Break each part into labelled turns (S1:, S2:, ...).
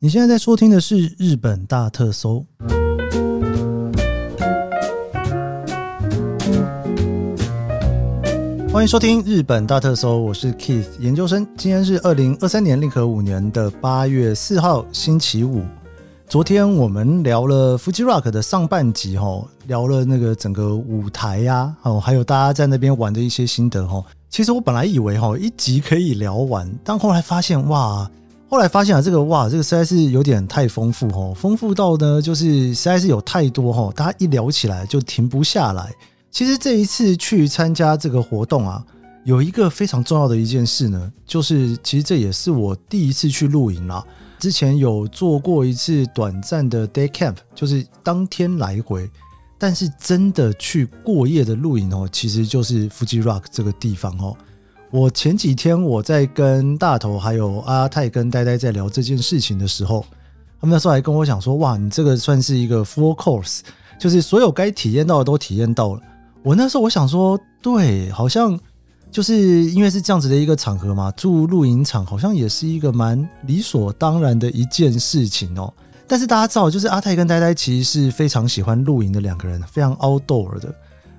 S1: 你现在在收听的是《日本大特搜》。欢迎收听《日本大特搜》，我是 Keith 研究生。今天是二零二三年令和五年的八月四号，星期五。昨天我们聊了 Fuji Rock 的上半集哦，聊了那个整个舞台呀、哦，还有大家在那边玩的一些心得哦。其实我本来以为哦，一集可以聊完，但后来发现哇，后来发现啊，这个哇，这个实在是有点太丰富哦，丰富到呢，就是实在是有太多哦，大家一聊起来就停不下来。其实这一次去参加这个活动啊，有一个非常重要的一件事呢，就是其实这也是我第一次去露营啦。之前有做过一次短暂的 day camp，就是当天来回，但是真的去过夜的露营哦，其实就是 Fuji Rock 这个地方哦。我前几天我在跟大头还有阿泰跟呆呆在聊这件事情的时候，他们那时候还跟我讲说，哇，你这个算是一个 full course，就是所有该体验到的都体验到了。我那时候我想说，对，好像就是因为是这样子的一个场合嘛，住露营场好像也是一个蛮理所当然的一件事情哦。但是大家知道，就是阿泰跟呆呆其实是非常喜欢露营的两个人，非常 outdoor 的。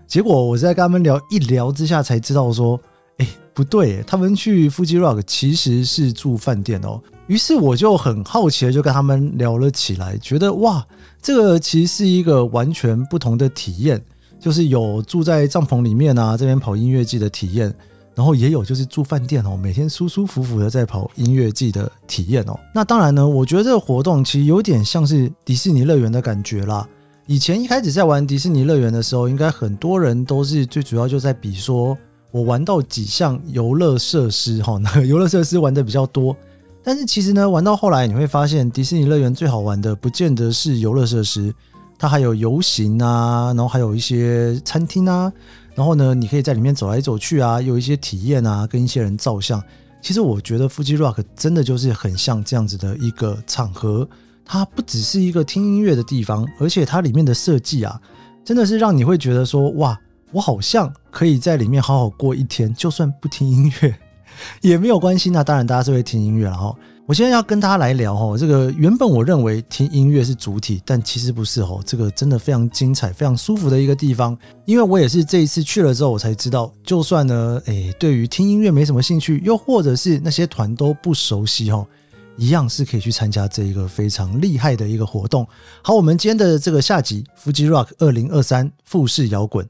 S1: 结果我在跟他们聊一聊之下，才知道说，哎，不对耶，他们去 Fuji Rock 其实是住饭店哦。于是我就很好奇的就跟他们聊了起来，觉得哇，这个其实是一个完全不同的体验。就是有住在帐篷里面啊，这边跑音乐季的体验，然后也有就是住饭店哦，每天舒舒服服的在跑音乐季的体验哦。那当然呢，我觉得这个活动其实有点像是迪士尼乐园的感觉啦。以前一开始在玩迪士尼乐园的时候，应该很多人都是最主要就在比说我玩到几项游乐设施哈、哦， 那个游乐设施玩的比较多。但是其实呢，玩到后来你会发现，迪士尼乐园最好玩的不见得是游乐设施，它还有游行啊，然后还有一些餐厅啊，然后呢，你可以在里面走来走去啊，有一些体验啊，跟一些人照相。其实我觉得 Fuji Rock 真的就是很像这样子的一个场合，它不只是一个听音乐的地方，而且它里面的设计啊，真的是让你会觉得说，哇，我好像可以在里面好好过一天，就算不听音乐 也没有关系。那当然大家是会听音乐了哈。我现在要跟大家来聊哦，这个原本我认为听音乐是主体，但其实不是哦，这个真的非常精彩、非常舒服的一个地方。因为我也是这一次去了之后，我才知道，就算呢，诶，对于听音乐没什么兴趣，又或者是那些团都不熟悉哦，一样是可以去参加这一个非常厉害的一个活动。好，我们今天的这个下集《Fuji Rock 二零二三富士摇滚》。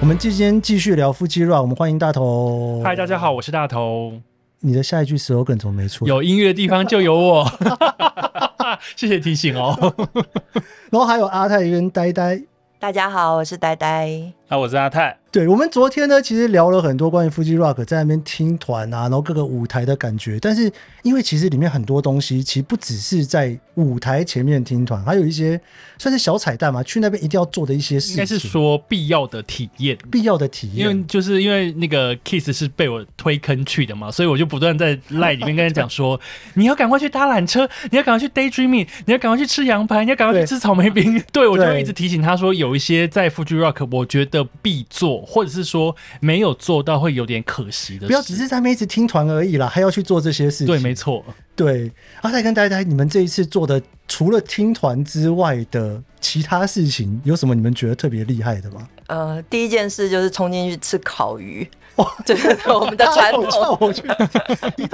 S1: 我们今天继续聊 Fuji Rock，我们欢迎大头。
S2: 嗨，大家好，我是大头。
S1: 你的下一句 slogan 怎么没出来？
S2: 有音乐的地方就有我， 谢谢提醒 哦。
S1: 然后还有阿泰跟呆呆。
S3: 大家好，我是呆呆。
S4: 啊，我是阿泰，
S1: 对我们昨天呢，其实聊了很多关于 Fuji Rock 在那边听团啊，然后各个舞台的感觉。但是因为其实里面很多东西，其实不只是在舞台前面听团，还有一些算是小彩蛋嘛，去那边一定要做的一些事情，
S2: 应该是说必要的体验，
S1: 必要的体
S2: 因为
S1: 验。
S2: 就是因为那个 Kiss 是被我推坑去的嘛，所以我就不断在赖里面 跟他讲说，你要赶快去搭缆车，你要赶快去 daydreaming，你要赶快去吃羊排，你要赶快
S1: 对
S2: 去吃草莓冰。 对我就
S1: 对
S2: 会一直提醒他说，有一些在 Fuji Rock 我觉得必做，或者是说没有做到会有点可惜的事。
S1: 不要只是在那边一直听团而已啦，还要去做这些事情。
S2: 对，没错。
S1: 对。阿泰跟呆呆，你们这一次做的除了听团之外的其他事情，有什么你们觉得特别厉害的吗？
S3: 呃，第一件事就是冲进去吃烤鱼， 这是我们的传统。
S1: 叫我去，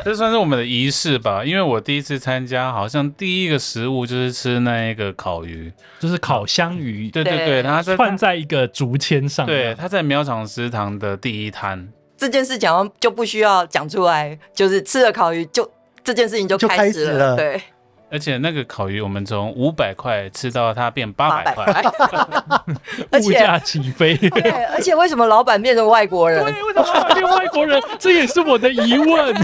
S4: 这算是我们的仪式吧？因为我第一次参加，好像第一个食物就是吃那一个烤鱼。
S2: 就是烤香鱼，
S4: 对对
S3: 对
S4: 对，他在
S2: 串在一个竹签上。啊
S4: 对，他在苗场食堂的第一摊，
S3: 这件事讲就不需要讲出来，就是吃了烤鱼就这件事情就
S1: 就
S3: 开
S1: 开始了
S3: 了。对，
S4: 而且那个烤鱼我们从五百块吃到它变八
S3: 八
S4: 百
S3: 百
S4: 块，
S3: 块， 而
S2: 物
S3: 且
S2: 价起飞。
S3: 对，而且为什么老板变成外国人？
S2: 对，为什么老板变外国人？这也是我的疑问。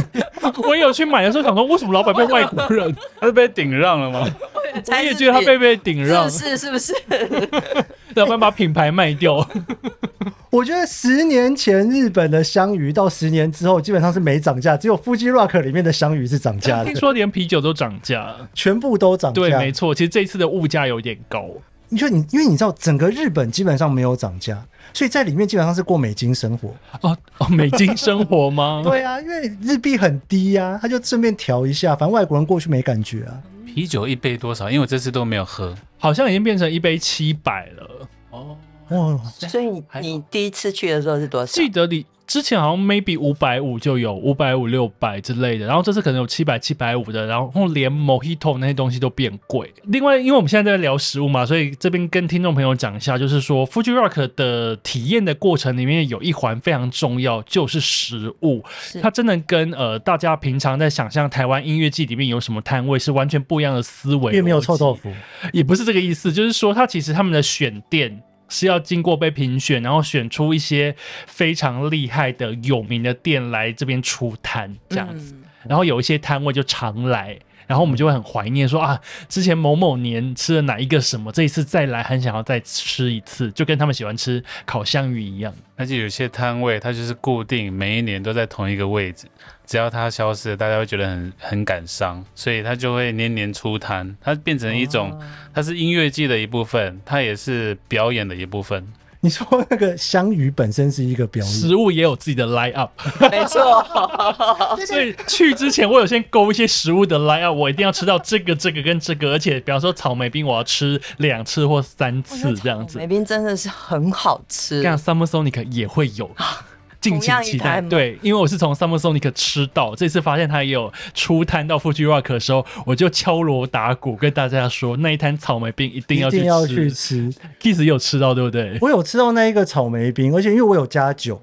S2: 我也有去买的时候想说，为什么老板变外国人？
S4: 他是被顶让了吗？
S2: 我
S3: 才
S2: 也
S3: 是
S2: 觉得他被被顶让，
S3: 是是是不是？
S2: 老板把品牌卖掉。
S1: 我觉得十年前日本的香鱼到十年之后基本上是没涨价，只有 Fuji Rock 里面的香鱼是涨价的
S2: 听，说连啤酒都涨价了。
S1: 全部都涨
S2: 对，
S1: 价
S2: 没。错，其实这一次的物价有点高，
S1: 你就你因为你知道整个日本基本上没有涨价，所以在里面基本上是过美金生活。
S2: 哦哦，美金生活 吗？
S1: 对啊，因为日币很低呀、他就顺便调一下，反正外国人过去没感觉啊。
S4: 啤酒一杯多少？因为我这次都没有喝。
S2: 好像已经变成一杯七百了。
S4: 哦，
S1: 哦，
S3: 所以你
S4: 还好
S3: 你第一次去的时候是多少
S2: 记？得你之前好像 maybe 五百五就有五百五六百之类的，然后这次可能有七百七百五的，然后连 Mojito 那些东西都变贵。另外，因为我们现在在聊食物嘛，所以这边跟听众朋友讲一下，就是说 Fuji Rock 的体验的过程里面有一环非常重要，就是食物。
S3: 嗯
S2: 它真的跟呃大家平常在想象台湾音乐季里面有什么摊位是完全不一样的思维，
S1: 因为没有臭豆腐，
S2: 也不是这个意思，就是说它其实他们的选店是要经过被评选，然后选出一些非常厉害的有名的店来这边出摊这样子，
S3: 嗯
S2: 然后有一些摊位就常来。然后我们就会很怀念说啊，之前某某年吃了哪一个什么，这一次再来很想要再吃一次，就跟他们喜欢吃烤香鱼一样。
S4: 而且有些摊位它就是固定，每一年都在同一个位置，只要它消失了，大家会觉得很很感伤，所以它就会年年出摊，它变成一种，
S3: 哦
S4: 它是音乐季的一部分，它也是表演的一部分。
S1: 你说那个香鱼本身是一个表演，
S2: 食物也有自己的 line up，
S3: 没错，
S2: 所以去之前，我有先勾一些食物的 line up，我一定要吃到这个、这个跟这个，而且比方说草莓冰，我要吃两次或三次这样子
S3: 美。冰真的是很好吃，
S2: 像 Summer Sonic 也会有，敬请期
S3: 同样
S2: 待。
S3: 一摊吗
S2: 对，因为我是从 Summer Sonic 吃到，这次发现它也有出摊到 Fuji Rock 的时候，我就敲锣打鼓跟大家说，那一摊草莓冰一定
S1: 一
S2: 要去
S1: 定要去
S2: 吃。
S1: 吃。
S2: Kiss 也有吃到，对不对？
S1: 我有吃到那一个草莓冰，而且因为我有加酒，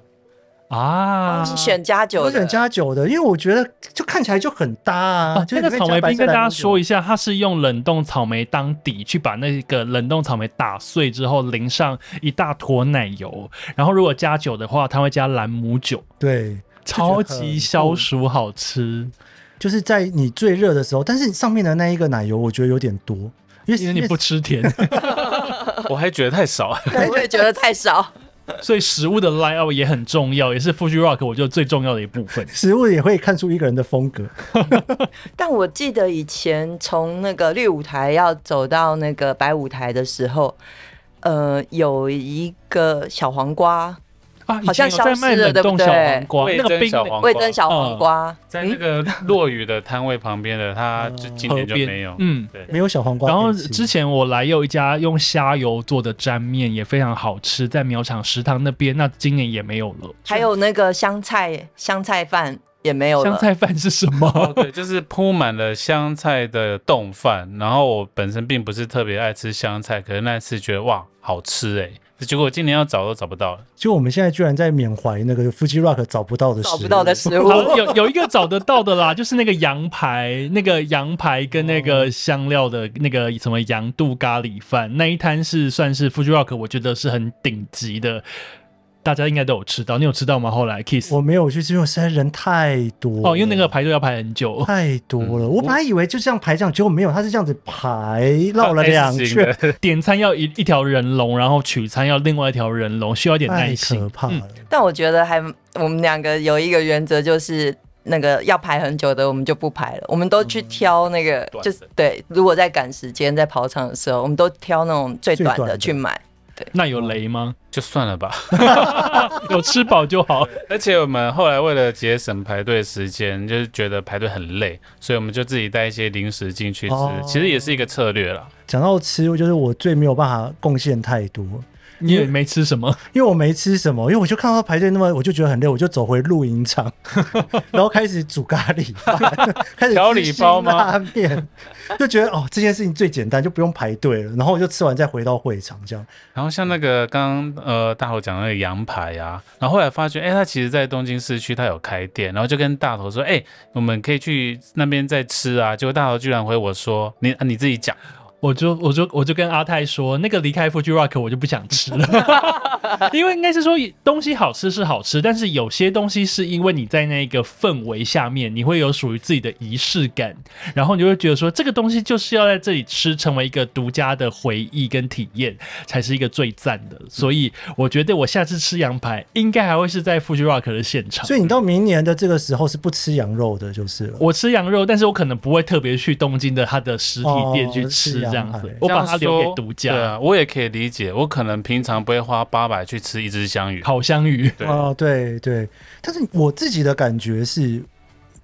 S2: 啊，
S3: 是选加酒的，
S1: 我选加酒的，因为我觉得就看起来就很搭啊。
S2: 啊，
S1: 就是里
S2: 那个
S1: 面
S2: 草
S1: 加
S2: 莓
S1: 白色
S2: 冰跟大家
S1: 莱姆酒
S2: 说一下，它是用冷冻草莓当底，去把那个冷冻草莓打碎之后淋上一大坨奶油，然后如果加酒的话，它会加兰姆酒，
S1: 对，
S2: 超
S1: 这就很
S2: 级消暑，好吃。
S1: 就是在你最热的时候，但是上面的那一个奶油我觉得有点多，因为
S2: 因为你不吃甜，
S4: 我还觉得太 少，
S3: 对，我也觉得太少。
S2: 所以食物的 line up 也很重要，也是 Fuji Rock 我觉得最重要的一部分。
S1: 食物也会看出一个人的风格。
S3: 但我记得以前从那个绿舞台要走到那个白舞台的时候，呃，有一个小黄瓜，
S2: 啊，以
S3: 好像
S2: 前有在卖
S3: 消失了
S2: 冷冻
S3: 对不对
S2: 小黄瓜，
S4: 味
S2: 那个
S4: 增
S2: 冰
S4: 小黄瓜
S3: 味增小黄瓜，嗯
S4: 在那个落雨的摊位旁边的，它就今
S2: 河
S4: 年就
S2: 边
S4: 没有。
S2: 嗯。
S1: 没有小黄瓜可以
S2: 然
S1: 吃。
S2: 后之前我来有一家用虾油做的沾面也非常好吃，在苗场食堂那边，那今年也没有了。
S3: 还有那个香菜香菜饭也没有
S2: 香
S3: 了。
S2: 菜饭是什
S4: 哦，
S2: 么？
S4: 对，就是铺满了香菜的冻饭。然后我本身并不是特别爱吃香菜，可是那次觉得哇，好吃哎、结果今年要找都找不到了。
S1: 就我们现在居然在缅怀那个 Fuji Rock 找不到的食物
S3: 找不到的食物，
S2: 好有有一个找得到的啦，就是那个羊排，那个羊排跟那个香料的那个什么羊肚咖喱饭那一摊是算是 Fuji Rock，我觉得是很顶级的，大家应该都有吃到。你有吃到吗？后来 Kiss
S1: 我没有去吃，因为实在人太多了
S2: 哦，因为那个嗯排队要排很久。
S1: 太多了。我本来以为就这样排这样，结果没有，他是这样子排绕了两
S4: 它 S 型
S1: 圈，
S4: 的，
S2: 点餐要一一条人龙，然后取餐要另外一条人龙，需要一点耐
S1: 太
S2: 心
S1: 可。怕
S2: 嗯
S1: 了。
S3: 但我觉得还我们两个有一个原则，就是那个要排很久的，我们就不排了，我们都去挑那个，
S4: 短的
S3: 就是对，如果在赶时间在跑场的时候，我们都挑那种最
S1: 最
S3: 短
S1: 短的
S3: 的去买。
S2: 那有雷吗？
S4: 就算了吧。
S2: 有吃饱就好。
S4: 而且我们后来为了节省排队时间，就是觉得排队很累，所以我们就自己带一些零食进去吃，
S1: 哦
S4: 其实也是一个策略啦。
S1: 讲到吃，就是我最没有办法贡献太多，
S2: 你也没吃什么，
S1: 因为我没吃什么，因为我就看到排队那么，我就觉得很累，我就走回露营 场，然后开始煮咖喱饭，开始
S4: 调
S1: 吃
S4: 理
S1: 辛
S4: 包吗
S1: 拉面，就觉得哦这件事情最简单，就不用排队了。然后我就吃完再回到会场，这样
S4: 然后像那个刚刚呃大头讲的那个羊排啊，然后后来发觉，哎，他其实在东京市区他有开店，然后就跟大头说，哎，我们可以去那边再吃啊。结果大头居然回我说，你啊你自己讲，
S2: 我就我就我就跟阿泰说，那个离开 Fuji Rock 我就不想吃了，因为应该是说东西好吃是好吃，但是有些东西是因为你在那个氛围下面，你会有属于自己的仪式感，然后你就会觉得说这个东西就是要在这里吃，成为一个独家的回忆跟体验，才是一个最赞的。所以我觉得我下次吃羊排应该还会是在 Fuji Rock 的现场。
S1: 所以你到明年的这个时候是不吃羊肉的，就是了。
S2: 我吃羊肉，但是我可能不会特别去东京的它的实体店去哦吃这样子，
S1: 哦
S2: 我把
S4: 这
S2: 它
S4: 样
S2: 留给
S4: 说
S2: 独
S4: 对
S2: 家。
S4: 啊，我也可以理解，我可能平常不会花八百去吃一只香 鱼，
S2: 烤香鱼，
S4: 对
S1: 哦，对对，但是我自己的感觉是，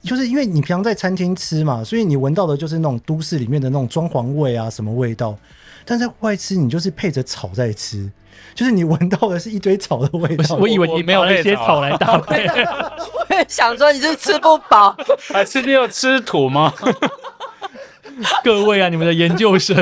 S1: 就是因为你平常在餐厅吃嘛，所以你闻到的就是那种都市里面的那种装潢味啊，什么味道。但在户外吃，你就是配着草在吃，就是你闻到的是一堆草的味
S2: 不是
S1: 道。
S2: 我以为
S4: 我
S2: 你
S4: 没有
S2: 拿了一
S4: 配
S2: 些
S4: 草啊
S2: 草来搭配。
S3: 我也想说你是吃不饱，
S4: 还是你有啊吃 土吗？
S2: 各位啊，你们的研究生，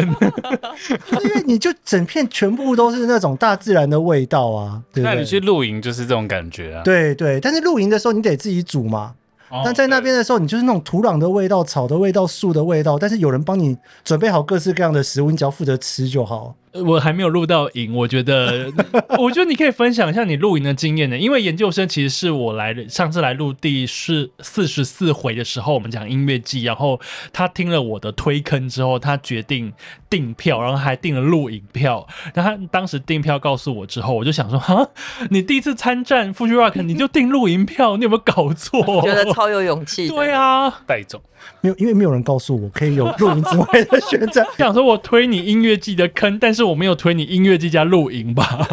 S1: 就是因为你就整片全部都是那种大自然的味道啊，对不
S4: 那
S1: 对？
S4: 你去露营就是这种感觉啊。
S1: 对对，但是露营的时候你得自己煮嘛。
S4: 哦，
S1: 但在那边的时候，你就是那种土壤的味道、草的味道、树的味道，但是有人帮你准备好各式各样的食物，你只要负责吃就好。
S2: 我还没有录到营，我觉得，我觉得你可以分享一下你露营的经验呢，因为研究生其实是我来的上次来录第四四十四回的时候，我们讲音乐季，然后他听了我的推坑之后，他决定订票，然后还订了露营票。然后他当时订票告诉我之后，我就想说，哈，你第一次参战 Fuji Rock 你就订露营票，你有没有搞错？
S3: 觉得超有勇 气。
S2: 对，啊，
S4: 带走，
S1: 没有，因为没有人告诉我可以有露营之外的选 择。
S2: 想说我推你音乐季的坑，但是我没有推你音乐季加露营吧？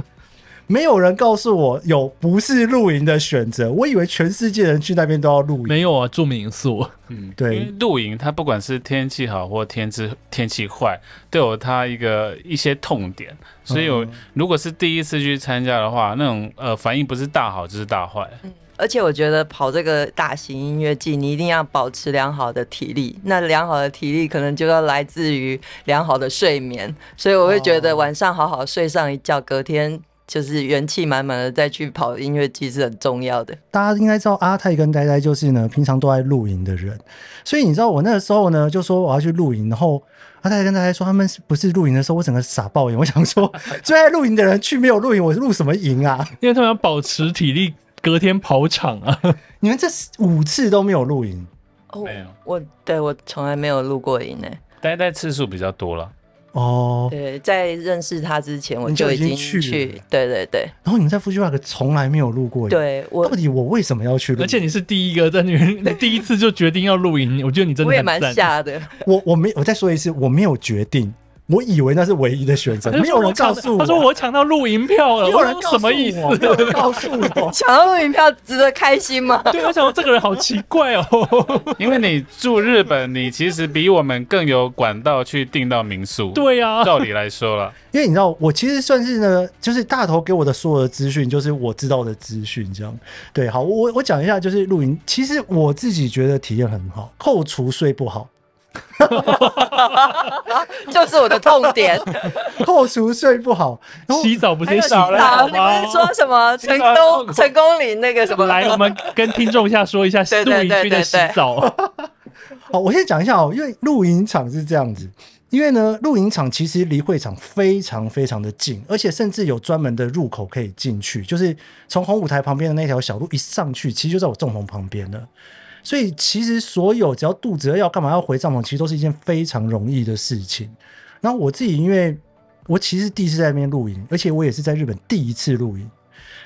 S1: 没有人告诉我有不是露营的选择，我以为全世界人去那边都要露营。
S2: 没有啊，住民宿。
S4: 嗯，
S1: 对
S4: 因为露营它不管是天气好或天气天气坏，都有它一个一些痛点，所以我、
S1: 嗯
S4: 如果是第一次去参加的话，那种呃反应不是大好就是大坏，
S3: 而且我觉得跑这个大型音乐季，你一定要保持良好的体力。那良好的体力可能就要来自于良好的睡眠，所以我会觉得晚上好好睡上一觉，隔天就是元气满满的再去跑音乐季是很重要的。
S1: 大家应该知道阿泰跟呆呆就是呢，平常都爱露营的人，所以你知道我那个时候呢，就说我要去露营，然后阿泰跟呆呆说他们是不是露营的时候，我整个傻爆眼，我想 说最爱露营的人去没有露营，我是露什么营啊？
S2: 因为他们要保持体力，隔天跑场 啊。
S1: 你们这五次都没有露营
S3: 哦
S4: 没有
S3: 我对我从来没有录过影呢。
S4: 待在次数比较多了。
S1: 哦，
S3: 对，在认识他之前我
S1: 你就
S3: 就
S1: 已
S3: 已
S1: 经
S3: 经
S1: 去了哦
S3: 去，对对对
S1: 然后你们在 Fuji Rock 从来没有露过营，，
S3: 对，我
S1: 到底我为什么要去露营？
S2: 而且你是第一个在那边，你第一次就决定要露营，我觉得你真的
S3: 我也
S2: 很
S3: 蛮
S2: 赞。
S3: 吓的。，
S1: 我我没我再说一次，我没有决定，我以为那是唯一的选择，
S2: 他就说
S1: 没有人
S2: 我抢
S1: 告
S2: 到
S1: 诉我，
S2: 他说我抢到露营票了，
S1: 没有人
S2: 我
S1: 告诉
S2: 说什
S1: 我
S2: 么意思？
S1: 没有人告诉我
S3: 抢到录影票值得开心吗？
S2: 对，我想说这个人好奇怪哦。
S4: 因为你住日本，你其实比我们更有管道去订到民宿。，
S2: 对啊，
S4: 照理来 说了，
S1: 因为你知道，我其实算是呢，就是大头给我的所有的资讯，就是我知道的资讯，这样对。好，我我我讲一下，就是露营，其实我自己觉得体验很好，扣除睡不好，
S3: 就是我的痛点。
S1: 扣除睡不好，然后
S2: 洗澡不是也洗
S4: 还有洗
S2: 澡
S3: 啊，
S4: 澡
S3: 你不
S2: 吗
S3: 是？说什么成
S4: 洗澡痛
S3: 功
S4: 苦
S3: 成功岭那个什么？
S2: 来，我们跟听众一下说一下
S3: 对
S2: 露
S3: 对
S2: 营区的洗澡。
S1: 好，我先讲一下哦，因为露营场是这样子，因为呢，露营场其实离会场非常非常的近，而且甚至有专门的入口可以进去，就是从红舞台旁边的那条小路一上去，其实就在我帐篷旁边了。所以其实所有只要肚子饿要干嘛要回帐篷，其实都是一件非常容易的事情。然后我自己因为我其实第一次在那边露营，而且我也是在日本第一次露营，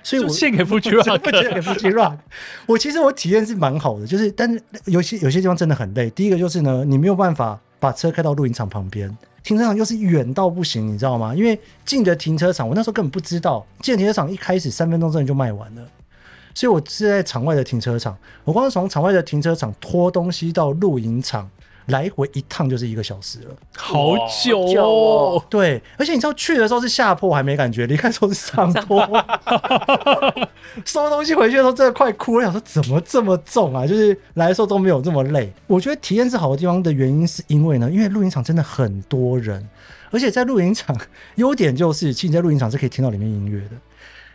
S1: 所以
S2: 就
S1: 我
S2: 献给 Fuji
S1: 不觉得
S2: Rock，
S1: 给 Fuji Rock。我啊其实我体验是蛮好的，就是但是有些有些地方真的很累。第一个就是呢，你没有办法把车开到露营场旁边，停车场又是远到不行，你知道吗？因为近的停车场，我那时候根本不知道，近的停车场一开始三分钟真的就卖完了。所以我是在场外的停车场，我光是从场外的停车场拖东西到露营场，来回一趟就是一个小时了。
S2: 好久
S3: 好久
S2: 哦
S3: 哦。
S1: 对，而且你知道去的时候是下坡，我还没感觉；离开的时候是上坡。收东西回去的时候真的快哭了，我想说怎么这么重啊？就是来的时候都没有这么累。我觉得体验是好的地方的原因是因为呢，因为露营场真的很多人，而且在露营场优点就是，其实你在露营场是可以听到里面音乐的。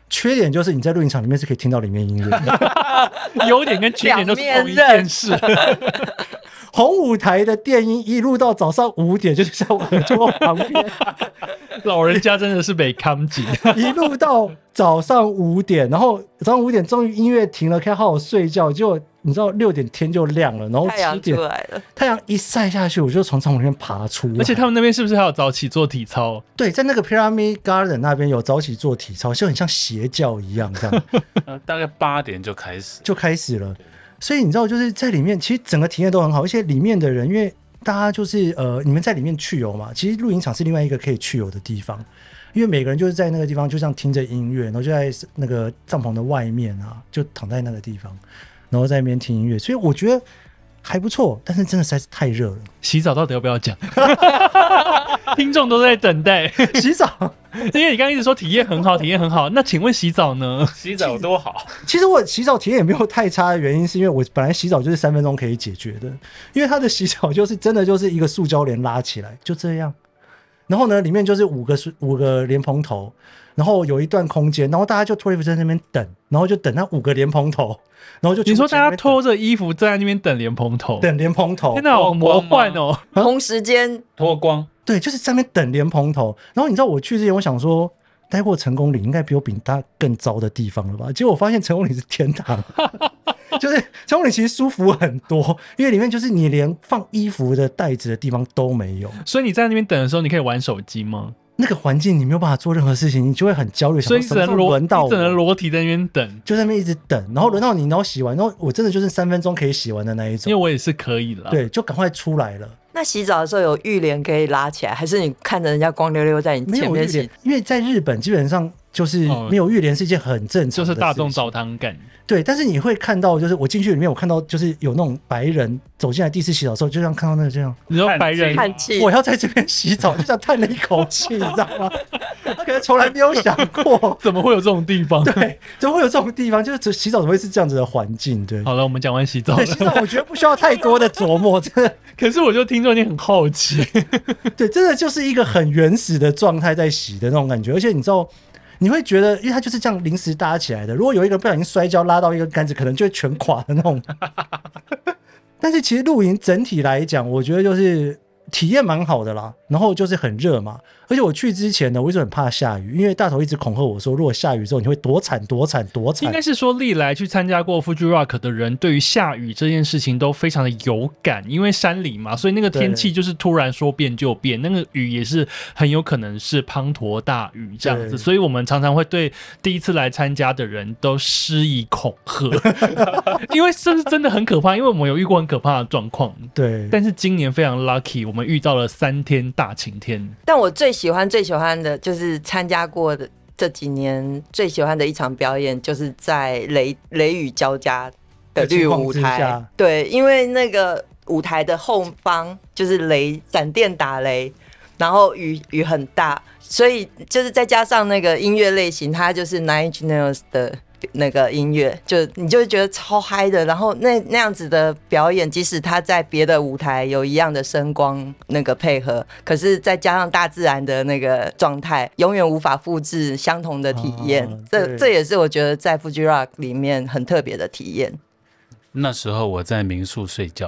S1: 缺点就是你在露营场里面是可以听到里面音乐的，
S2: 优点跟缺点都是同一
S3: 两面刃
S2: 件事。
S1: 红舞台的电音一路到早上五点，就是在我们桌旁边，
S2: 老人家真的是没看紧，
S1: 一路到早上五点，然后早上五点终于音乐停了，可以好好睡觉。结果你知道六点天就亮了，然后
S3: 太
S1: 七
S3: 阳出
S1: 点
S3: 来了，
S1: 太阳一晒下去，我就从床旁边爬出来。
S2: 而且他们那边是不是还有早起做体操？
S1: 对，在那个 Pyramid Garden 那边有早起做体操，就很像邪教一样，这样
S4: 呃大概八点就 开始。
S1: 就开始了。所以你知道，就是在里面，其实整个体验都很好，而且里面的人，因为大家就是呃，你们在里面去游嘛，其实露营场是另外一个可以去游的地方，因为每个人就是在那个地方，就像听着音乐，然后就在那个帐篷的外面啊，就躺在那个地方，然后在那边听音乐，所以我觉得还不错，但是真的实在是太热了。
S2: 洗澡到底要不要讲？听众都在等待，
S1: 洗澡，
S2: 因为你刚刚一直说体验很好，体验很好。那请问洗澡呢？
S4: 洗澡多好，
S1: 其实我洗澡体验也没有太差的原因，是因为我本来洗澡就是三分钟可以解决的，因为它的洗澡就是真的就是一个塑胶帘拉起来就这样，然后呢里面就是五个塑五个莲蓬头，然后有一段空间，然后大家就脱衣服在那边等，然后就等那五个莲蓬头，然后就
S2: 你说大家
S1: 全部
S2: 脱着衣服站在那边等莲蓬头，
S1: 在那边等莲蓬头
S2: 天，哪， 好魔幻哦！
S1: 啊
S3: 同时间
S4: 脱光。
S1: 对，就是在那边等莲蓬头，然后你知道我去之前我想说。待过成功岭应该比我比它更糟的地方了吧？结果我发现成功岭是天 堂，就是成功岭其实舒服很多，因为里面就是你连放衣服的袋子的地方都没有，
S2: 所以你在那边等的时候，你可以玩手机吗？
S1: 那个环境你没有办法做任何事情，你就会很焦虑，
S2: 所以
S1: 想
S2: 只
S1: 说什么时候
S2: 能裸，
S1: 轮到
S2: 你只能
S1: 我，
S2: 裸体在那边等。
S1: 就在那边一直等，然后轮到你，然后洗完，然后我真的就是三分钟可以洗完的那一
S2: 因为
S1: 种，
S2: 我也是可以啦。，
S1: 对，就赶快出来了。
S3: 那洗澡的时候有浴帘可以拉起来，还是你看着人家光溜溜在你
S1: 没
S3: 前
S1: 有浴
S3: 面
S1: 帘
S3: 洗？，
S1: 因为在日本基本上就是
S2: 哦
S1: 没有浴帘是一件很正常
S2: 就
S1: 的事情，
S2: 是大众澡堂感。
S1: 对，但是你会看到，就是我进去里面，我看到就是有那种白人走进来第一次洗澡的时候，就像看到那个这样，
S2: 你说白人
S4: 看
S3: 叹气
S1: 我，要在这边洗澡，就像叹了一口气，你知道 吗？他可能从来没有想过，
S2: 怎么会有这种地方？
S1: 对，怎么会有这种地方？就是洗澡怎么会是这样子的环境？对，
S2: 好了，我们讲完洗 澡
S1: 对，
S2: 了。
S1: 洗澡我觉得不需要太多的琢磨，真的，
S2: 可是我就听众已经很好奇，
S1: 对，真的就是一个很原始的状态在洗的那种感觉，而且你知道。你会觉得，因为它就是这样临时搭起来的。如果有一个人不小心摔跤拉到一个杆子，可能就会全垮的那种。 但是其实露营整体来讲，我觉得就是体验蛮好的啦。然后就是很热嘛，而且我去之前呢，我一直很怕下雨，因为大头一直恐吓我说，如果下雨之后你会多惨多惨多
S2: 应
S1: 惨
S2: 该。是说历来去参加过 Fuji Rock 的人，对于下雨这件事情都非常的有感，因为山里嘛，所以那个天气就是突然说变就变，那个雨也是很有可能是滂沱大雨这样
S1: 对
S2: 子，所以我们常常会对第一次来参加的人都施以恐吓， 因为这是真的很可怕，因为我们有遇过很可怕的状况。
S1: 对，
S2: 但是今年非常 lucky，我们遇到了三天大晴天，
S3: 但我最喜欢最喜欢的就是参加过的这几年最喜欢的一场表演，就是在雷雷雨交加的绿
S1: 情
S3: 舞
S1: 况之
S3: 台
S1: 下。
S3: 对，因为那个舞台的后方就是雷闪电打雷，然后雨雨很大，所以就是再加上那个音乐类型，它就是 Nine Inch Nails 的。那个音乐，就你就会觉得超嗨的。然后那那样子的表演，即使他在别的舞台有一样的声光那个配合，可是再加上大自然的那个状态，永远无法复制相同的体验。
S1: 啊
S3: 这
S1: 对
S3: 这也是我觉得在 Fuji Rock 里面很特别的体验。
S4: 那时候我在民宿睡觉，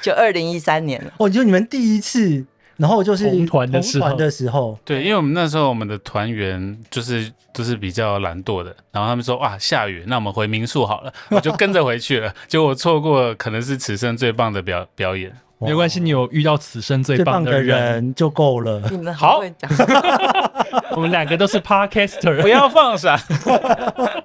S3: 就二零一三年了，
S1: 哦，就你们第一次，然后就是
S2: 同团的时候
S1: 同团的时候，
S4: 对，因为我们那时候我们的团员就是就是比较懒惰的，然后他们说哇下雨，那我们回民宿好了， 我就跟着回去了，结果我错过可能是此生最棒的表表演。
S1: 哇
S2: 没关系，你有遇到此生最
S1: 最
S2: 棒
S1: 棒
S2: 的
S1: 的
S2: 人。
S1: 人就够了。
S3: 你们
S2: 好
S3: 好会讲。
S2: 我们两个都 是 podcaster，
S4: 不要放闪，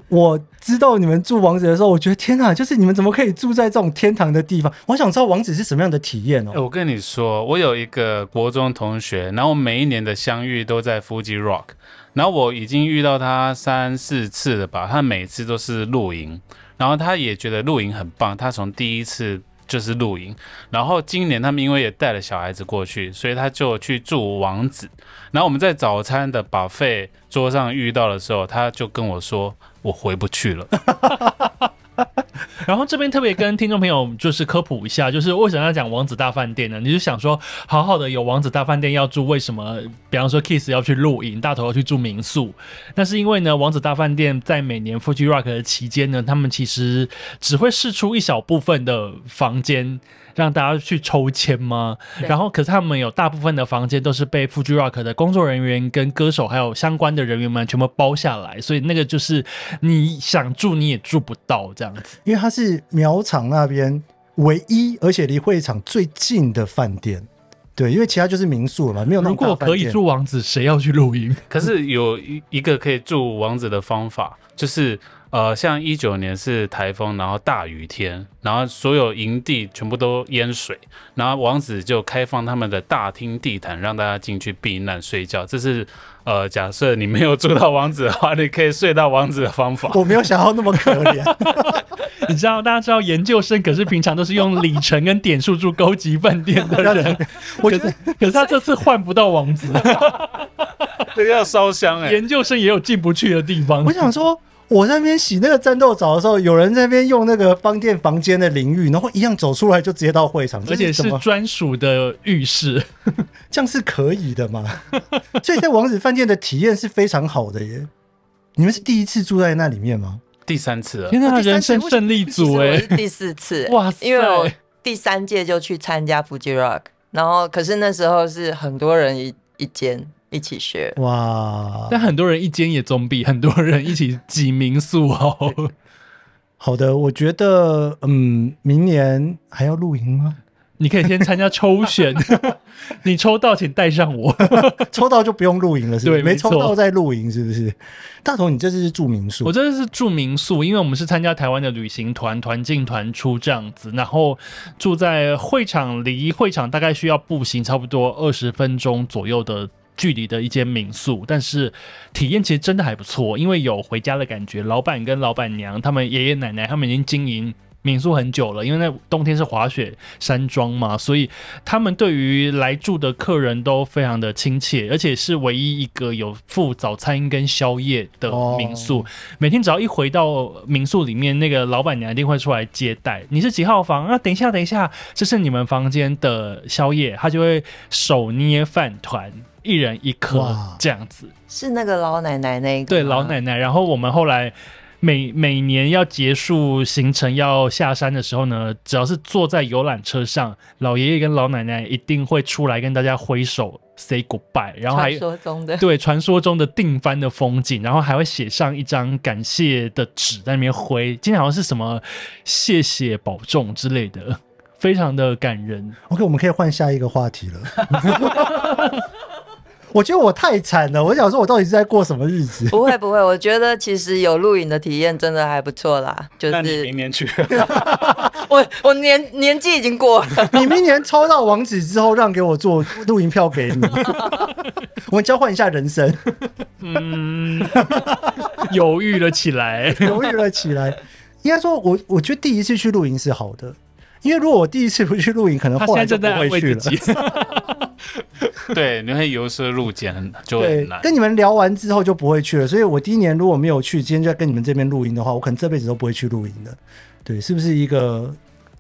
S1: 我知道你们住王子的时候，我觉得天啊，就是你们怎么可以住在这种天堂的地方？我想知道王子是什么样的体验
S4: 欸
S1: 哦。
S4: 我跟你说，我有一个国中同学，然后每一年的相遇都在 Fuji Rock，然后我已经遇到他三四次了吧，他每次都是露营，然后他也觉得露营很棒，他从第一次就是露营，然后今年他们因为也带了小孩子过去，所以他就去住王子，然后我们在早餐的 buffet 桌上遇到的时候，他就跟我说我回不去了。
S2: 然后这边特别跟听众朋友就是科普一下，就是为什么要讲王子大饭店呢？你就想说，好好的有王子大饭店要住，为什么？比方说 Kiss 要去露营，大头要去住民宿，那是因为呢，王子大饭店在每年 Fuji Rock 的期间呢，他们其实只会试出一小部分的房间。让大家去抽签吗？
S3: 对
S2: 然后，可是他们有大部分的房间都是被 Fuji Rock 的工作人员、跟歌手还有相关的人员们全部包下来，所以那个就是你想住你也住不到这样子。
S1: 因为它是苗场那边唯一，而且离会场最近的饭店。对，因为其他就是民宿了嘛，没有那
S2: 如
S1: 种
S2: 果
S1: 大饭
S2: 可以
S1: 店
S2: 住王子，谁要去 露营？
S4: 可是有一一个可以住王子的方法，就是呃，像一九年是台风，然后大雨天，然后所有营地全部都淹水，然后王子就开放他们的大厅地毯，让大家进去避难睡觉。这是呃，假设你没有住到王子的话，你可以睡到王子的方 法。
S1: 我没有想要那么可 怜，
S2: 你知道，大家知道研究生可是平常都是用里程跟点数住高级饭店的人，
S1: 我
S2: 可
S1: 觉
S2: 是
S1: 得
S2: 可是他这次换不到王 子，
S4: 这个要烧香哎、
S2: 研究生也有进不去的地方
S1: 我。想说，我在那边洗那个战斗澡的时候，有人在那边用那个饭店房间的淋浴，然后一样走出来就直接到会场，
S2: 而
S1: 这
S2: 且
S1: 是
S2: 是
S1: 什么？
S2: 专属的浴室，
S1: 这样是可以的嘛？ 所以在王子饭店的体验是非常好的耶。你们是第一次住在那里面吗？
S4: 第三次了，
S2: 天哪，
S1: 哦第三
S2: 人生
S1: 次为什么
S2: 胜利
S3: 其实
S2: 组哎、，
S3: 我是第四 次欸
S2: 哇塞
S3: 因为我第三届就去参加 Fuji Rock，然后可是那时候是很多人一一间一起学，
S1: 哇，
S2: 但很多人一间也总比很多人一起挤民宿好。
S1: 好的，我觉得嗯，明年还要露营吗？
S2: 你可以先参加抽选，你抽到请带上我。
S1: 抽到就不用露营了，是不是？
S2: 对没
S1: 没抽
S2: 错
S1: 到再露营，是不是？大头，你这次是住民宿
S2: 我，真的是住民宿，因为我们是参加台湾的旅行团，团进团出这样子，然后住在会场，离会场大概需要步行差不多二十分钟左右的。距离的一间民宿，但是体验其实真的还不错，因为有回家的感觉。老板跟老板娘，他们爷爷奶奶，他们已经经营民宿很久了，因为那冬天是滑雪山庄嘛，所以他们对于来住的客人都非常的亲切，而且是唯一一个有附早餐跟宵夜的民
S1: 哦
S2: 宿。每天只要一回到民宿里面，那个老板娘一定会出来接待。你是几号房啊？等一下，等一下，这是你们房间的宵夜，他就会手捏饭团，一人一颗
S1: 哇
S2: 这样子。
S3: 是那个老奶奶那一个
S2: 对，
S3: 吗
S2: 老奶奶。然后我们后来每每年要结束行程要下山的时候呢，只要是坐在游览车上，老爷爷跟老奶奶一定会出来跟大家挥手 say goodbye，然后还
S3: 传说中 的
S2: 对传说中的定番的风景，然后还会写上一张感谢的纸在那边挥，今天好像是什么谢谢保重之类的，非常的感人。
S1: OK，我们可以换下一个话题了。 我觉得我太惨了，我想说，我到底是在过什么日 子？
S3: 不会不会，我觉得其实有录影的体验真的还不错啦。就
S4: 那你
S3: 是
S4: 明年去，
S3: 我我年年纪已经过了，
S1: 你明年抽到网址之后，让给我做露营票给你， 我们交换一下人生，
S2: 嗯，犹豫了起来。
S1: 犹豫了起来。应该说我，我觉得第一次去露营是好的，因为如果我第一次不去露营，可能
S2: 他
S1: 后
S2: 现
S1: 来
S2: 在
S1: 就
S2: 正
S1: 不
S2: 在安
S1: 会
S2: 慰
S1: 去
S2: 自
S1: 了。
S2: 己，
S4: 对，你会由奢入俭，很就会
S1: 对
S4: 很，难。
S1: 跟你们聊完之后就不会去了，所以我第一年如果没有去，今天就在跟你们这边露营的话，我可能这辈子都不会去露营的。对，是不是一个？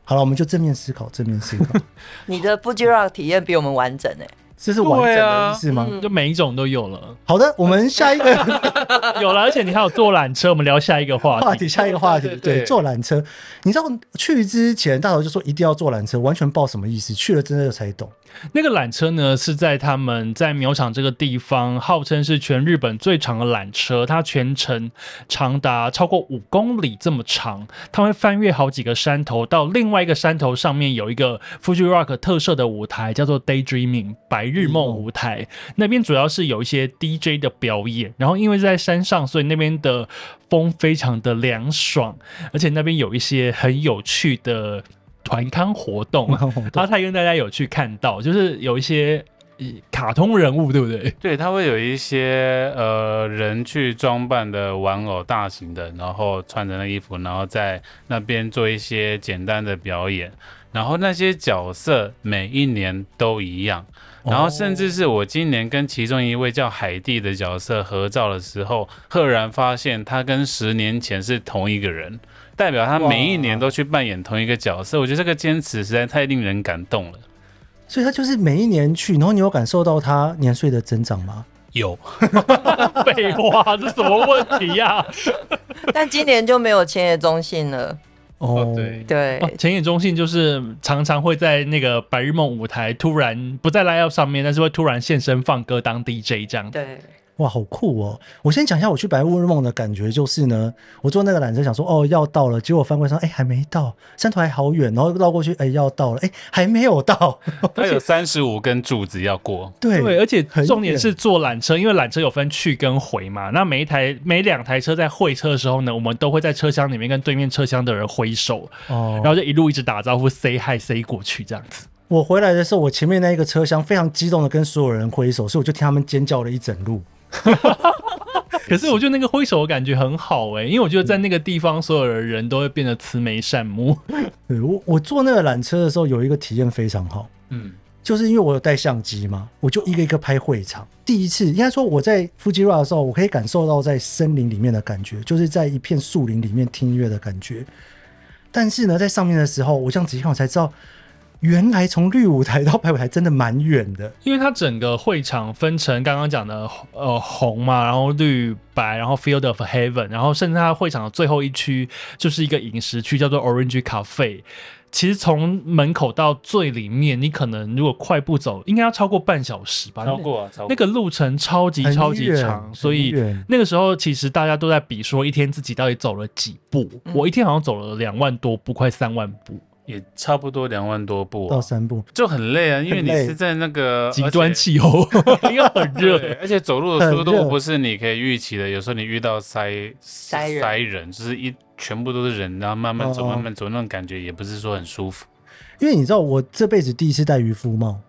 S1: 好了，我们就正面思考，正面思考。
S3: 你的 Fuji Rock 体验比我们完整哎、
S1: 这是完整
S4: 对
S1: 的
S4: 啊
S1: 意思吗？
S3: 嗯
S2: 就每一种都有了，
S1: 好的，我们下一个
S2: 有了，而且你还有坐缆车，我们聊下一个话
S1: 话
S2: 题。
S1: 题，下一个话题，
S4: 对对对
S1: 对，坐缆车。你知道去之前大头就说一定要坐缆车，完全不知道什么意思，去了真的才懂。
S2: 那个缆车呢，是在他们在苗场这个地方，号称是全日本最长的缆车，它全程长达超过五公里这么长，它会翻越好几个山头，到另外一个山头上面有一个 Fuji Rock 特色的舞台，叫做 Daydreaming 白日梦舞台，那边主要是有一些 DJ 的表演，然后因为在山上，所以那边的风非常的凉爽，而且那边有一些很有趣的团康活动，
S1: 团康活动
S2: 阿泰跟大家有去看到，就是有一些呃卡通人物，对不对？
S4: 对，它会有一些呃人去装扮的玩偶大型的，然后穿着那衣服，然后在那边做一些简单的表演。然后那些角色每一年都一样，
S1: 哦
S4: 然后甚至是我今年跟其中一位叫海蒂的角色合照的时候，赫然发现他跟十年前是同一个人，代表他每一年都去扮演同一个角色。我觉得这个坚持实在太令人感动了。
S1: 所以他就是每一年去，然后你有感受到他年岁的增长吗？
S4: 有，
S2: 废话，这什么问题呀、
S3: 但今年就没有千叶中信了，
S1: 哦，
S4: 对，
S3: 对
S2: 哦，前野中信就是常常会在那个白日梦舞台突然不在 live 上面，但是会突然现身放歌当 DJ 这样子。
S3: 对，
S1: 哇，好酷哦！我先讲一下我去白雾日梦的感觉，就是呢，我坐那个缆车想说哦要到了，结果翻过来说哎还没到，山头还好远，然后绕过去哎要到了，哎还没有到，
S4: 他有三十五根柱子要过。
S1: 对
S2: 对，而且重点
S1: 很
S2: 是坐缆车，因为缆车有分去跟回嘛。那每一台每两台车在会车的时候呢，我们都会在车厢里面跟对面车厢的人挥手，
S1: 哦
S2: 然后就一路一直打招呼，say hi say 过去这样子。
S1: 我回来的时候，我前面那一个车厢非常激动的跟所有人挥手，所以我就听他们尖叫了一整路。
S2: 可是我觉得那个挥手的感觉很好哎、因为我觉得在那个地方，所有的人都会变得慈眉 善目。
S1: 对我我坐那个缆车的时候，有一个体验非常好，
S4: 嗯，
S1: 就是因为我有带相机嘛，我就一个一个拍会场。第一次应该说我在 Fuji Rock 的时候，我可以感受到在森林里面的感觉，就是在一片树林里面听音乐的感觉。但是呢，在上面的时候，我这样仔细看，我才知道，原来从绿舞台到白舞台真的蛮远的。
S2: 因为它整个会场分成刚刚讲的呃红嘛，然后绿白，然后 Field of Heaven，然后甚至它会场的最后一区就是一个饮食区，叫做 Orange Cafe。其实从门口到最里面，你可能如果快步走，应该要超过半小时吧？
S4: 超过啊，
S2: 那
S4: 超过
S2: 那个路程超级
S1: 很
S2: 超级
S1: 远
S2: 长，
S1: 很
S2: 所以
S1: 远
S2: 那个时候其实大家都在比说一天自己到底走了几步。
S1: 嗯
S2: 我一天好像走了两万多步，快三
S1: 呃
S2: 万步。
S4: 也差不多两万多步、
S1: 到
S4: 啊，
S1: 三步，
S4: 就很累啊，因为你
S1: 很累
S4: 是在那个
S2: 极端 气候，因为很热。
S4: 对，而且走路的速
S1: 很热
S4: 度不是你可以预期的，有时候你遇到塞
S3: 塞人
S4: 塞人，就是一全部都是人，然后慢慢走，
S1: 哦
S4: 慢慢走，那种感觉也不是说很舒服。
S1: 因为你知道，我这辈子第一次戴渔夫帽，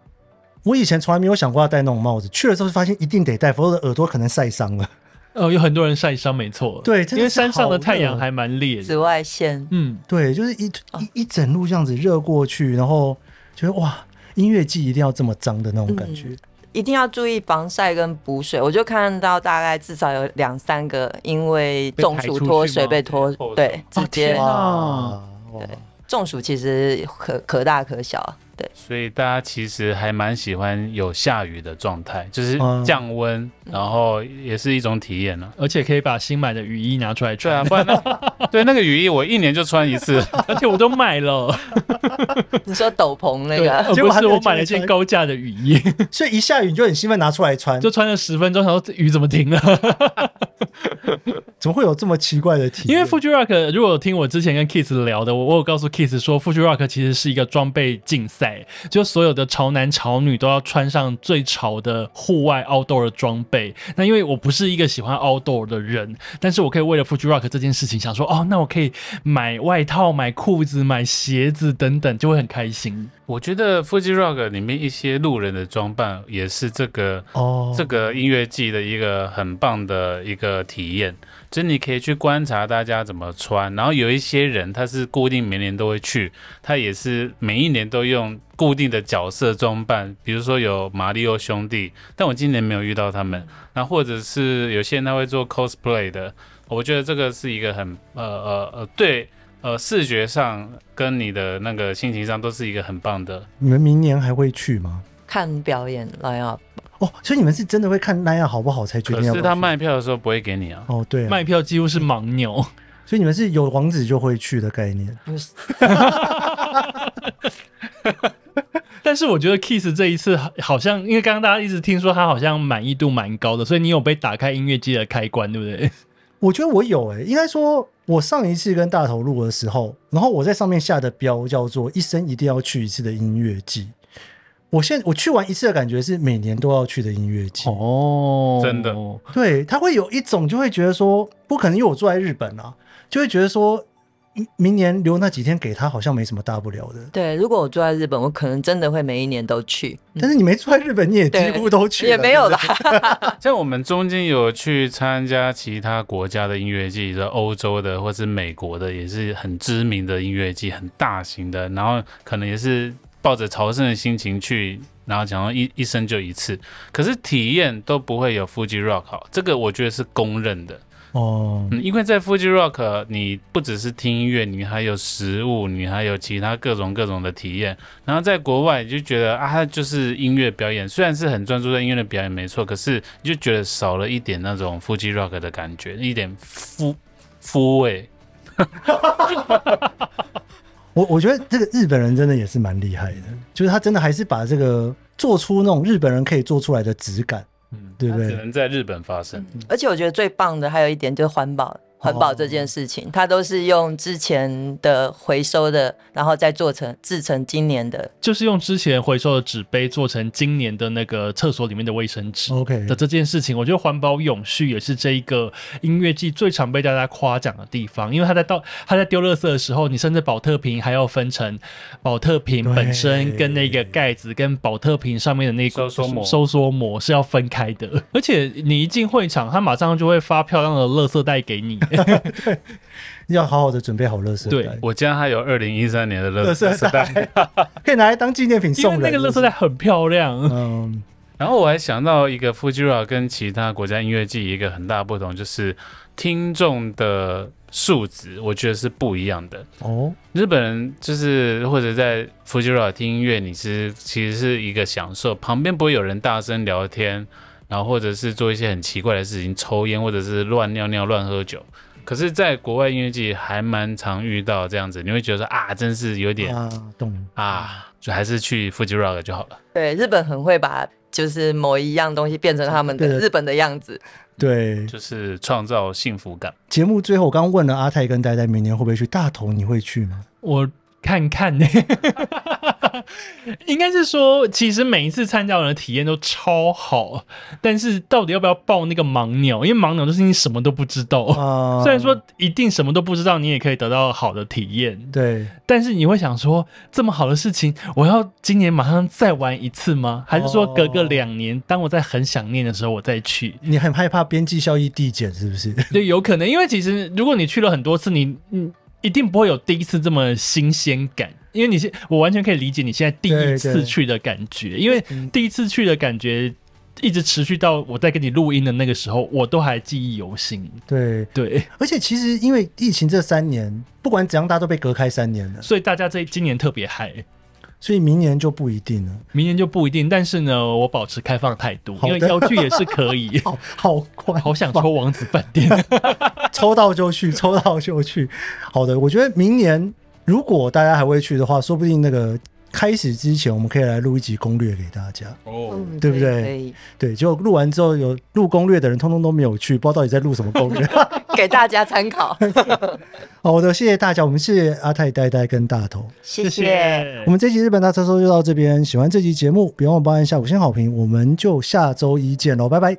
S1: 我以前从来没有想过要戴那种帽子。去了之后发现一定得戴，否则耳朵可能晒伤了。
S2: 呃，有很多人晒伤，没错，
S1: 对真的
S2: 因为
S1: 是
S2: 山上
S1: 好
S2: 的太阳
S1: 热
S2: 还蛮烈
S3: 紫
S2: 的，
S3: 外线，
S2: 嗯，
S1: 对，就是一一一整路这样子热过去，然后觉得哇，音乐季一定要这么脏的那种感觉。
S3: 一定要注意防晒跟补水。我就看到大概至少有两三个因为中暑脱水被脱
S4: 被排出去
S3: 对，
S4: 吗，
S3: 直接
S2: 天啊哇
S1: 哇
S3: 中暑其实可可大可小啊，对，
S4: 所以大家其实还蛮喜欢有下雨的状态，就是
S1: 嗯
S4: 降温，然后也是一种体验呢、啊。
S2: 而且可以把新买的雨衣拿出来
S4: 对
S2: 穿，
S4: 啊，不然那对那个雨衣我一年就穿一次，
S2: 而且我都 买了，
S3: 你说斗篷那
S2: 对，
S3: 个，
S2: 呃
S1: 啊结果
S2: 不
S1: 还
S2: 是
S1: 没有
S2: 我买了一件高价的雨衣，
S1: 所以一下雨你就很兴奋拿出来穿，
S2: 就穿了十分钟，想说这雨怎么停了？
S1: 怎么会有这么奇怪的体
S2: 因
S1: 验？
S2: 为 Fuji Rock 如果有听我之前跟 Kiss 聊的，我我有告诉 Kiss 说 Fuji Rock 其实是一个装备竞赛，就所有的潮男潮女都要穿上最潮的户外 outdoor 的装备。那因为我不是一个喜欢 outdoor 的人，但是我可以为了 Fuji Rock 这件事情想说，哦，那我可以买外套、买裤子、买鞋子等等，就会很开心。
S4: 我觉得 Fuji Rock 里面一些路人的装扮也是这个
S1: 哦，
S4: 这个音乐季的一个很棒的一个体验，就是你可以去观察大家怎么穿，然后有一些人他是固定每年都会去，他也是每一年都用固定的角色装扮，比如说有马里奥兄弟，但我今年没有遇到他们，那或者是有些人他会做 cosplay 的，我觉得这个是一个很呃呃呃对。呃，视觉上跟你的那个心情上都是一个很棒的，
S1: 你们明年还会去吗？
S3: 看表演来啊，
S1: 哦，所以你们是真的会看那样好不好才决
S4: 可
S1: 定要不
S4: 是
S1: 要
S4: 他
S1: 去
S4: 卖票的时候不会给你啊。
S1: 哦，对、啊，
S2: 卖票几乎是盲牛，
S1: 所以你们是有王子就会去的概念。
S2: 但是我觉得 Kiss 这一次好像，因为刚刚大家一直听说他好像满意度蛮高的，所以你有被打开音乐季的开关，对不对？
S1: 我觉得我有诶、应该说，我上一次跟大头录的时候，然后我在上面下的标叫做“一生一定要去一次的音乐季”。我现我去完一次的感觉是每年都要去的音乐季，
S2: 哦
S4: 真的
S1: 对，他会有一种就会觉得说，不可能，因为我住在日本啊，就会觉得说，明年留那几天给他，好像没什么大不了的。
S3: 对，如果我住在日本，我可能真的会每一年都去。
S1: 但是你没住在日本，你也几
S3: 对
S1: 乎都嗯去了，
S3: 也没有
S1: 对
S3: 啦
S1: 不对。，
S4: 像我们中间有去参加其他国家的音乐季，的欧洲的或是美国的，也是很知名的音乐季，很大型的，然后可能也是抱着朝圣的心情去，然后想要一一生就一次，可是体验都不会有 Fuji Rock 好，这个我觉得是公认的。
S1: 哦，
S4: 嗯，因为在 Fuji Rock，你不只是听音乐，你还有食物，你还有其他各种各种的体验。然后在国外，你就觉得啊，它就是音乐表演，虽然是很专注在音乐的表演，没错，可是你就觉得少了一点那种 Fuji Rock 的感觉，一点肤肤味。
S1: 我我觉得这个日本人真的也是蛮厉害的，就是他真的还是把这个做出那种日本人可以做出来的质感，
S2: 嗯，
S1: 对不
S4: 它只
S1: 对？
S4: 能在日本发生。
S3: 而且我觉得最棒的还有一点就是环保，环保这件事情，它都是用之前的回收的，然后再做成制成今年的。
S2: 就是用之前回收的纸杯做成今年的那个厕所里面的卫生纸。
S1: OK，
S2: 的这件事情，我觉得环保永续也是这一个音乐季最常被大家夸奖的地方，因为他在到他在丢垃圾的时候，你甚至保特瓶还要分成保特瓶
S1: 对
S2: 本身跟那个盖子跟保特瓶上面的那个
S4: 收缩膜
S2: 收缩膜是要分开的， 而且你一进会场，他马上就会发漂亮的垃圾袋 给你。
S1: 要好好的准备好乐色
S2: 对
S1: 袋，
S4: 我家还有二零一三年的乐
S1: 乐
S4: 色
S1: 色
S4: 袋。
S1: 袋可以拿来当纪念品
S2: 因为
S1: 送人。
S2: 那个垃圾袋，很漂亮，
S1: 嗯，
S4: 然后我还想到一个 Fujira 跟其他国家音乐季一个很大的不同，就是听众的素质，我觉得是不一样的。
S1: 哦，
S4: 日本人就是或者在 Fujira 听音乐，你是其实是一个享受，旁边不会有人大声聊天，然后或者是做一些很奇怪的事情，抽烟或者是乱尿尿、乱喝酒。可是，在国外音乐季还蛮常遇到这样子，你会觉得说啊，真是有点
S1: 啊，懂了。
S4: 啊，就还是去 Fujira 就好了。
S3: 对，日本很会把就是某一样东西变成他们的
S1: 对的
S3: 日本的样子。
S1: 对，
S4: 就是创造幸福感。
S1: 节目最后我刚问了阿泰跟呆呆明年会不会去大同，你会去吗？
S2: 我看看 呢、应该是说，其实每一次参加完的体验都超好，但是到底要不要报那个盲鸟？因为盲鸟就是你什么都不知道，
S1: 啊，
S2: 哦虽然说一定什么都不知道，你也可以得到好的体验，
S1: 对，
S2: 但是你会想说，这么好的事情，我要今年马上再玩一次吗？还是说隔个两年，当我在很想念的时候，我再去？
S1: 你很害怕边际效益递减，是不 是？
S2: 对，有可能，因为其实如果你去了很多次，你嗯一定不会有第一次这么新鲜感，因为你是我完全可以理解你现在第
S1: 对
S2: 一
S1: 对嗯
S2: 次去的感觉，因为第一次去的感觉一直持续到我在跟你录音的那个时候，我都还记忆犹新。
S1: 对，
S2: 对，
S1: 而且其实因为疫情这三年，不管怎样，大家都被隔开三年了，
S2: 所以大家这今年特别嗨。
S1: 所以明年就不一定了。
S2: 明年就不一定，但是呢，我保持开放态度，
S1: 好
S2: 因
S1: 的
S2: 为要去也是
S1: 。
S2: 可以
S1: 好好快，
S2: 好想抽王子饭店，
S1: 抽到就去， 抽到就去。好的，我觉得明年如果大家还会去的话，说不定那个开始之前，我们可以来录一集攻略给大家。
S4: 哦，
S1: 对不对
S3: 可以
S1: 对，就录完之后，有录攻略的人通通都没有去，不知道到底在录什么攻 略。
S3: 可以给大家 参考，
S1: 好的，谢谢大家，我们谢谢阿泰、呆呆跟大头。
S3: 谢谢，
S1: 我们这集日本大特搜就到这边，喜欢这集节目，别忘了帮按下五星好评，我们就下周一见喽，拜拜。